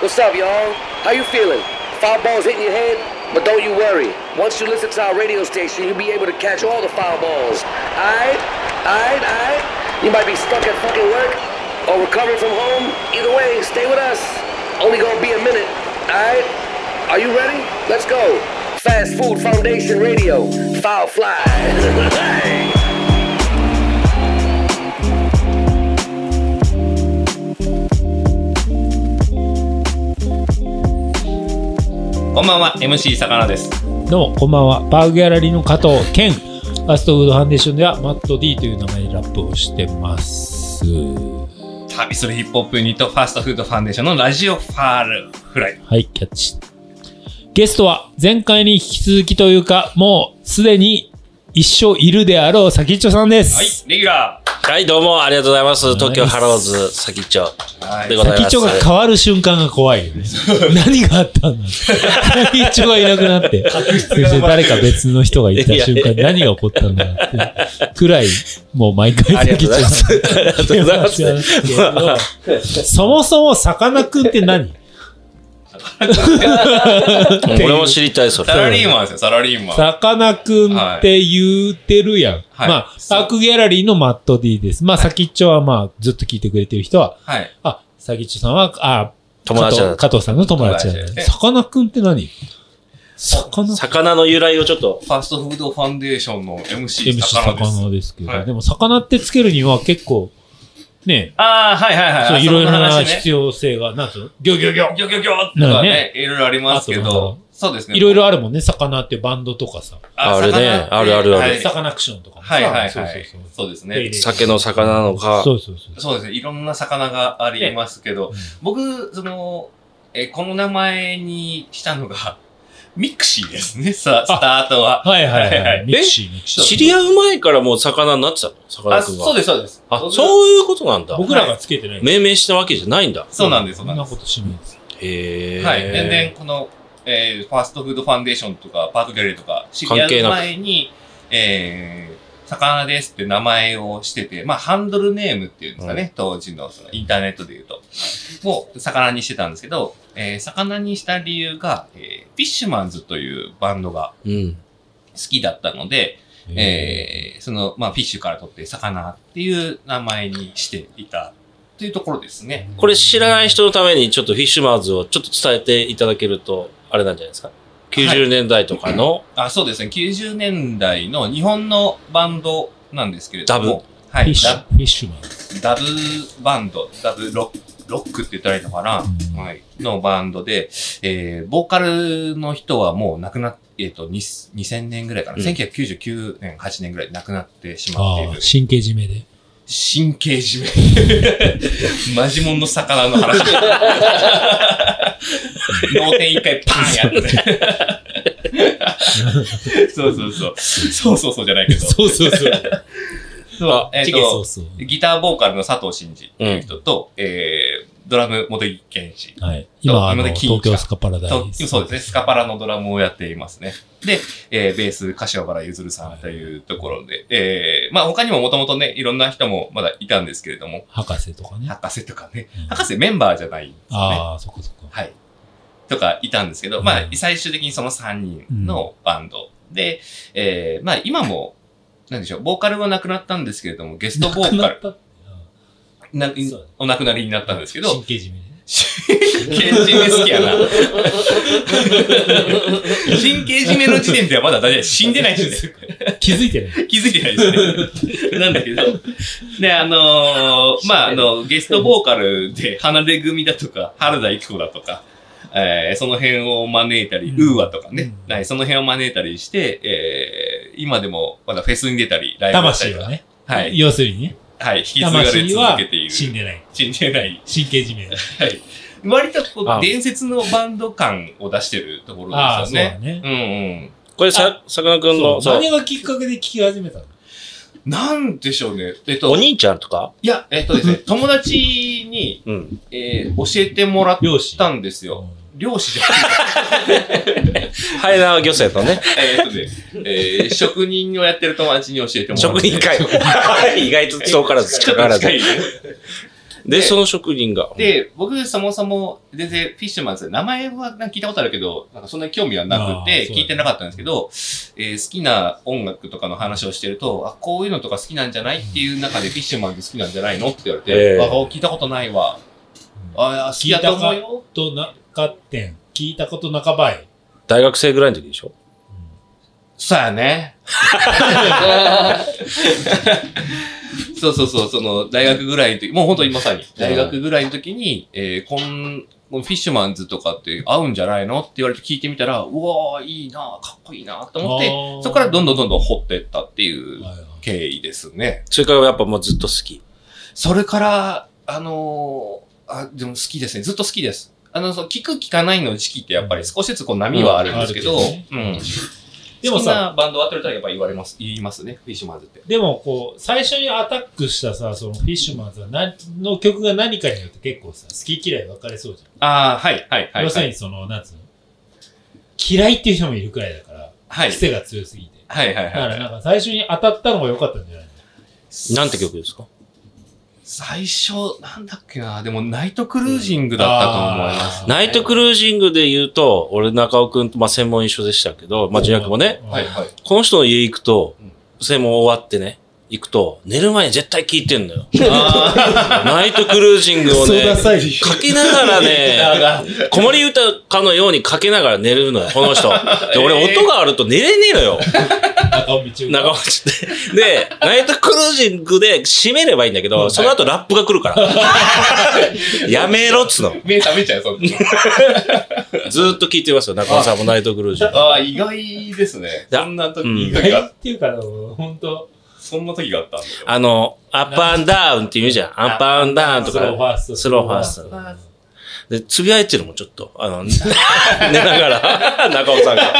What's up, y'all? How you feeling? Foul balls hitting your head? But don't you worry. Once you listen to our radio station, you'll be able to catch all the foul balls. Aight? Aight? Aight? You might be stuck at fucking work or recovering from home. Either way, stay with us. Only gonna be a minute. Aight? Are you ready? Let's go. Fast Food Foundation Radio. Foul fly. Hey. こんばんは、MC さかなです。どうも、こんばんは。バーグギャラリーの加藤健。ファストフードファンデーションでは、マット D という名前でラップをしてます。は旅するヒップホップユニット、ファーストフードファンデーションのラジオファールフライ。い、キャッチ。ゲストは、前回に引き続きというか、もう、すでに、一生いるであろう、先っちょさんではいす。、レギュラはい、どうもありがとうございます。い東京ハローズ先っちょー。はでございます。先っちょが変わる瞬間が怖いよね。何があったんだ先っちょがいなくなって、誰か別の人がいた瞬間、何が起こったんだって、くらい、もう毎回ありが先とっうちござょいまさんす。ありがとうございます。そもそもさかなクンって何うん俺 も知りたい、それサ。ラリーマンですよ、サラリーマン。さかなクンって言うてるやん。はいまあ、そうパークギャラリーのマット D です。まあ、先っちょはまあ、ずっと聞いてくれてる人は、はい。あ、先っちょさんは、あ、友達なん加藤加藤さんの友達友なん達でだ。すねさかなクンって何さかな魚の由来をちょっと。ファーストフードファンデーションの MC MC さかなです。魚ですけど、はいでも魚ってつけるには結構、ね、ああ、はいはいはい。そうあいろいろそのな話ね必要性が、なんつうのギョギョギョギョギョギョとかね、いろいろありますけあとなんどだ、そうですね。いろいろあるもんね、魚ってバンドとかさ、あるね魚ってあるあるあるはいサカナクションとかもさはいはいそうはいそう。そそううです手入ねれ。酒の魚なのかそ。うそうそう。そうですね。いろんな魚がありますけどうん、僕、その、え、この名前にしたのが、 ミクシーですね、さ、スタートは。はいはいはいははいい。ミクシー、ミクシー。知り合う前からもう魚になってたの魚あ、くんそうが。です、そうです。あ、僕そういうことなんだ。僕らがつけてない。命名したわけじゃないんだ。そうなんです、そうそなんんなでこす。としないです。へえ。はい。全然、この、えーファーストフードファンデーションとか、パークギャラリーとか、知り合関係うなく前に、えー、魚ですって名前をしてて、まあ、ハンドルネームっていうんですかね、当時のそのインターネットで言うと。もう、魚にしてたんですけど、えー、魚にした理由が、えー、フィッシュマンズというバンドがうん。好きだったので、えー、その、まあ、フィッシュから取って魚っていう名前にしていたというところですね。これ知らない人のためにちょっとフィッシュマーズをちょっと伝えていただけると、あれなんじゃないですか。90年代とかのあ、そうですね。90年代の日本のバンドなんですけれども。ダフはィいッ。シュ、ダフィッシュマン。ダブバンド、ダブロロックって言ったらいいのかな、うんはい。のバンドで、えー、ボーカルの人はもう亡くなっえっ、と、に2000年ぐらいかな。うん1999年、8年ぐらいで亡くなってしまっていあある、。神経締めで。神経締め。 マジモンの魚の話。脳天一回パーンや って。そうそうそう。そうそうそうじゃないけど。そうそうそう。そうえっ、チゲソーと、スを。ギターボーカルの佐藤真二っていう人と、えー、ドラム茂木健一。はい。今、あ今ので金東京スカパラダとイス。そうですね、スカパラのドラムをやっていますね。で、えーベース、柏原ゆずるさんというところで、えー、まあ他にももともとね、いろんな人もまだいたんですけれども、博士とかね。博士とかね、うん博士メンバーじゃないんですよね。ああ、そこそこ。はい。とかいたんですけど、まあう、ん最終的にその3人のバンドで、えー、まあ今も、なんでしょう、ボーカルはなくなったんですけれども、ゲストボーカル、ル。なそうお亡くなりになったんですけど神、経締めで。神経締め好きや な。神経締めの時点ではまだ大丈夫。死んでないしね。気づいてない。気づいてないです ね。なんだけど。で、あのーまあ、あの、ゲストボーカルで、離れ組だとか、原田育子だとか、えーその辺を招いたり、うんウーアとかね、うんはい、その辺を招いたりして、えー今でもまだフェスに出たり、ライブをしたり魂とはか、ね。はい、要するにね。はい、引き継がれ魂続はけている。死んでない。死んでない。神経締めで。はい。割とこあう、伝説のバンド感を出してるところああ、でそすうよねだ。ね。うんうん。これさ、さかなクンの、そうそう何がきっかけで聞き始めたのなんでしょうね。えっと、お兄ちゃんとかいや、えっとですね、友達に、うん。えー教えてもらっ漁師。たんですよ。漁師じゃなハイナー漁船のね、い。 えーっとね、えー職人をやってる友達に教えてもらった。職人会。意外と遠からずちょ近っかとらず近。いね。で、その職人が。で、僕そもそも全然フィッシュマンズ、名前はなんか聞いたことあるけど、なんかそんなに興味はなくあーてそ、うだね聞いてなかったんですけど、えー好きな音楽とかの話をしてると、あ、こういうのとか好きなんじゃないっていう中でフィッシュマンズ好きなんじゃないのって言われて、ええあ、聞いたことないわ。あ、好きだと思うよ。となかってん。聞いたことなかばい。大学生ぐらいの時でしょそうやね。 そうそうそう、その、大学ぐらいの時、もう本当にまさに、大学ぐらいの時に、えーこん、このフィッシュマンズとかって合うんじゃないのって言われて聞いてみたら、うわー、いいなかっこいいなと思ってあー、そこからどんどんどんどん掘ってったっていうはいはい経緯ですね。それからやっぱもうずっと好き。それから、あのーあ、でも好きですね。ずっと好きです。あの、そう聞く聞かないの時期ってやっぱり少しずつこう波はあるんですけど、うんあるけうん。でも好きさ、なバンドはってるとやっぱ言われます、言いますね、フィッシュマンズって。でもこう、最初にアタックしたさ、そのフィッシュマンズはなの曲が何かによって結構さ、好き嫌い分かれそうじゃん。ああ、はい、はい、はい。要するにその、なんつうの嫌いっていう人もいるくらいだから、はい、癖が強すぎて。はい、はい、だかはらい。なんか最初に当たったのが良かったんじゃないのなんて曲ですか最初、なんだっけな、でもナイトクルージングだったと思います。あーナイトクルージングで言うと、俺中尾くんと、まあ、専門一緒でしたけど、まあ、ジュニア君もね、うんはい、はい。この人の家行くとうん、専門終わってね、行くと、寝る前に絶対聞いてんのよ。 あナイトクルージングをね、かい。けながら ね、子守歌かのようにかけながら寝るのよ、この人。で、俺えー音があると寝れねえのよ。中尾道夫。長持ちって。で、ナイトクルージングで締めればいいんだけど、その後ラップが来る から。やめろっつうの。ー目覚めちゃう、そっち。ずーっと聞いてますよ、中尾さんもナイトクルージング。ああ、意外ですね。だそんな時う んが、はいっていうか、あの本当そんな時があったんだよ。あの、アップアンダウンって言うじゃん。アップアンダウンとスローフか。ァースト。スローファーストで、つぶやいてるもん、ちょっと。あの、 寝ながら、 中尾 さんが。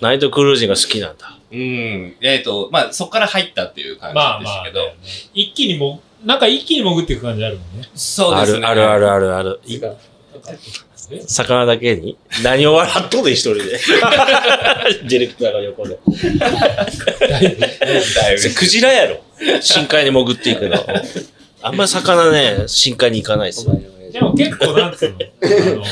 ナイトクルージングが好きなんだ。うん。えっと、まあ、そこから入ったっていう感まあじでしたまあけど。、一気にも、なんか一気に潜っていく感じあるもんね。そうあでするね。あるある。るあるある。い魚だけに何を笑っとで一 人で。ディレクターが横で。だいぶそれクジラやろ。深海に潜っていくの。あんま魚ね、深海に行かないですよ。でも結構なんつうの、あの、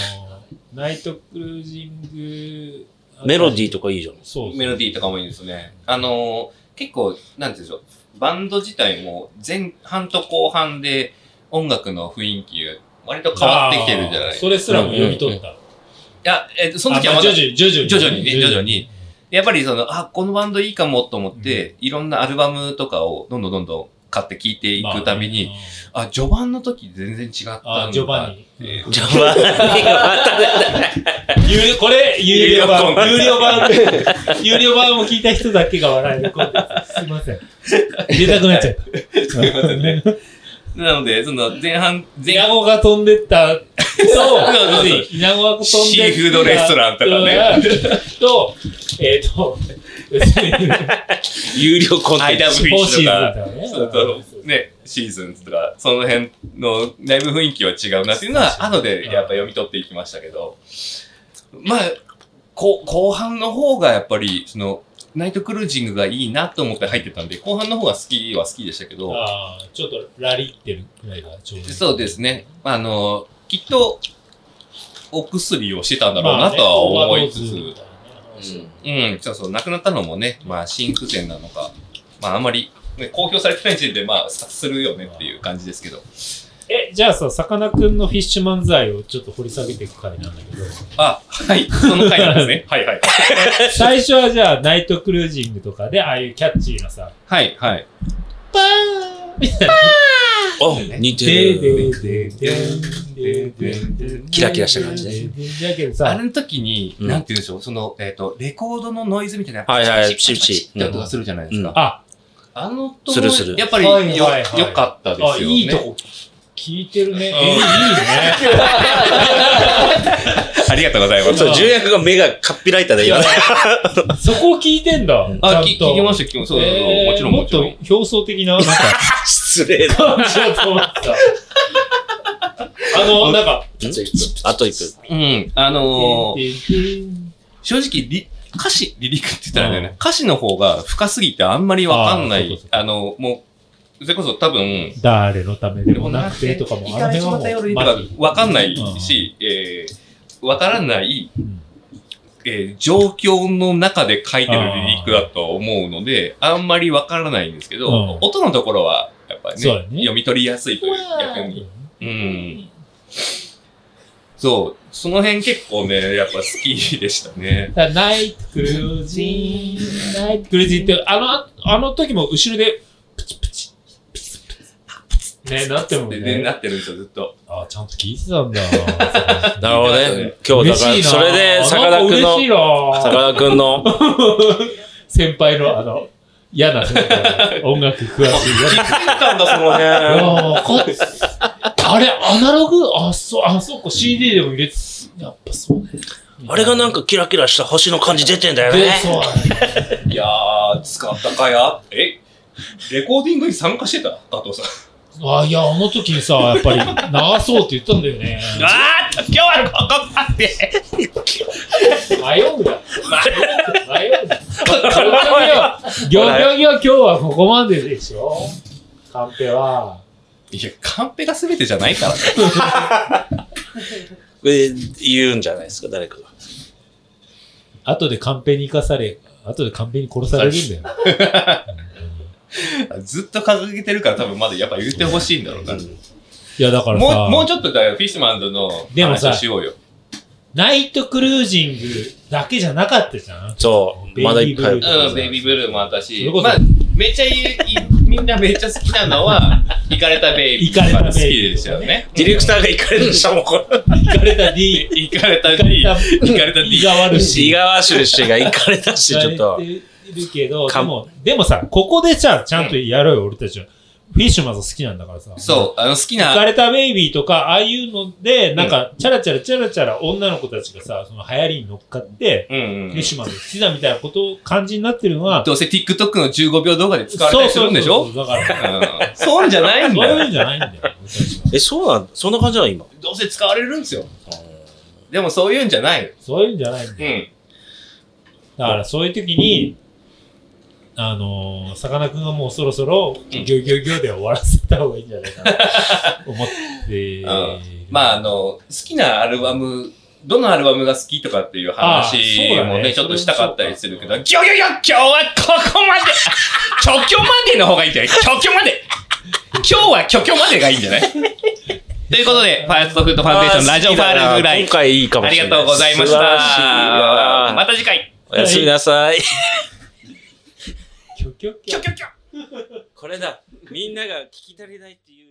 ナイトクルージング、メロディーととかいいじゃん。そうそうメロディーとかもいいですね。あのー結構、なんて言うんでしょう。バンド自体も前半と後半で音楽の雰囲気が割と変わってきてるじゃないあーそれすらも読み取った。いや、えっと、その時はあままあだ徐、々に、徐々に。徐々にね徐々に。やっぱりその、あ、このバンドいいかもと思って、いろんなアルバムとかをどんどんどんどん買って聴いていくために、あ序盤の時全然違ったんまあね。だ。あ、序盤に。えージャバまたね。有料これ、有料版有料コン。有料版。有料版を聞いた人だけが笑えるコンテンツ。すいませ ん。入れたくなっちゃった。すいませんね。なので、その前半、イ前ナ半、ゴが飛ん でった。そうそうそうイナゴが飛んでった。シーフードレストランとかね。と、えっ、ー、と、別に有料コンテンツ。 IWC フォーとシーズンか、だね。そうそうね、シーズンズとか、その辺のだいぶ雰囲気は違うなっていうのは、後でやっぱ読み取っていきましたけど、まあ、こ後半の方がやっぱり、その、ナイトクルージングがいいなと思って入ってたんで、後半の方が好きは好きでしたけど、ああ、ちょっとラリってるくらいがちょうどいい。そうですね、あの、きっと、お薬をしてたんだろうなとは思いつつ、うんうん、そうそう、亡くなったのもね、まあ、心不全なのか、まあ、あんまり、ね、公表されてない時点で、まあ、察するよねっていう感じですけど。え、じゃあさ、さかなクンのフィッシュ漫才をちょっと掘り下げていく回なんだけど、あ、はい、その回なんですね。はい、はい。最初はじゃあ、ナイトクルージングとかで、ああいうキャッチーなさ、はい、はい。パーンみたいな。お、似てる。キキラキラした感じね。だけどあさ、の時に、うんなんて言うんでしょう、その、えっ、と、レコードのノイズみたいな、はいはいチッチッチッチッって音がするじゃないですか。うんあ、あの音するするやっぱり、はいはいよ、はいよかったですよあね。いいとこ聞いてるね。えんいいね。ありがとうございまそう、重役が目がカッピライターで今ね。そこ聞いてんだ。あ、きちゃん聞ときました、聞きました。そうそうそう、えーもちろん、もちろん。もっと表層 的な、なんか、失礼だ。感じだと思ってた。あの、なんか、あと1分。うん、あのー、あ正直り、歌詞、リリックって言ったらあれだよね、歌詞の方が深すぎてあんまりわかんなあーそいうそうそう、あの、もう、それこそ多分、誰のためでもなくてとかも、行あのかれ辺ちはまもった夜う、にとマかジわかんないし、えー、わからない、うんえー状況の中で書いてるリリックだと思うので、あんまりわからないんですけど、うん音のところは、やっぱりねそうだね読み取りやすいという逆に。うん。そう、その辺結構ね、やっぱ好きでしたね。だからナイトクルージー、ナイトクルージーって、あの、あの時も後ろで、プチプチ、プチプチ、ね、なってもで、でね。なってるんですよ、ずっと。あ、ちゃんと聞いてたんだ。なるほどね。今日だから、嬉しいなそれで、さかなクン嬉しいの、さなかなクンの、先輩の、あの、嫌な先 輩。音楽詳しい嫌ななんだ、そのいや辺。ーこあれ、アナログあ、そう、あ、そうか、CD でも入れて、やっぱそうね。あれがなんかキラキラした星の感じ出てんだよで、ね。そうだね。いやー、使ったかや。えレコーディングに参加してた加藤さん。あ、いや、あの時さ、やっぱり、流そうって言ったんだよ ね。あー、今日はここまで迷うな。迷う な。ギョギョギョ、今日はここまででしょ。カンペは。いや、カンペが全てじゃないからね。え言うんじゃないですか、誰かが。後でカンペに生かされ、後でカンペに殺されるんだよ。ずっと掲げてるから多分まだやっぱ言ってほしいんだろうな。 いや、だからさ。もう、もうちょっとだよ、フィッシュマンズのでもさ話しようよ。ナイトクルージングだけじゃなかったじゃん。そう、ベイビーまだいっぱい。ブルーうん、ベイビーブルーもあったそしれこ、そまあ、めっちゃいい、みんなめっちゃ好きなの は、イカれたベイビー。イカれたベイビ好きでーしたよね。ディレクターが行かれるしたもん、これ。行かれた D、イカれた D、イカれた D 胃。が悪し。伊川出身が行かれたし、ちょっと言。われてるけど、でかんも、でもさ、ここでじゃあ、ちゃんとやろうよ、俺たちは。フィッシュマンズ好きなんだからさ。う。そう、あの、好き浮かな、れたベイビーとか、ああいうので、なんか、チャラチャラチャラチャラ女の子たちがさ、その流行りに乗っかって、うんうフィんッ。シュマンズ好きだみたいなことを感じになってるのは、どうせ TikTok の15秒動画で使われたりするんでしょそうそうそうだから、うんそうじゃないんそうだよい。うんじゃないんだよ、俺たちはえ、そうなんそんな感じなの、今。どうせ使われるんですよ。でもそういうんじゃない。そういうんじゃないんだうよん。だからそういう時に、あのー、さかなクンはもうそろそろ、ギョギョギョで終わらせた方がいいんじゃないかな、と思って、うんまあ、あの、好きなアルバム、どのアルバムが好きとかっていうあー話そうだねもね、ちょっとしたかったりするけど、それギョギョギョ今日はここまで虚虚までの方がいいんじゃない虚虚まで今日は虚虚までがいいんじゃないということで、ファーストフードファンデーションラジオファールフライ今。回いいかもあしりれない。がとうございまし素晴らしいた。わまた次回。おやすみな さい。ギョギョギョキョキョキョこれだ。みんなが聞き足りないっていう。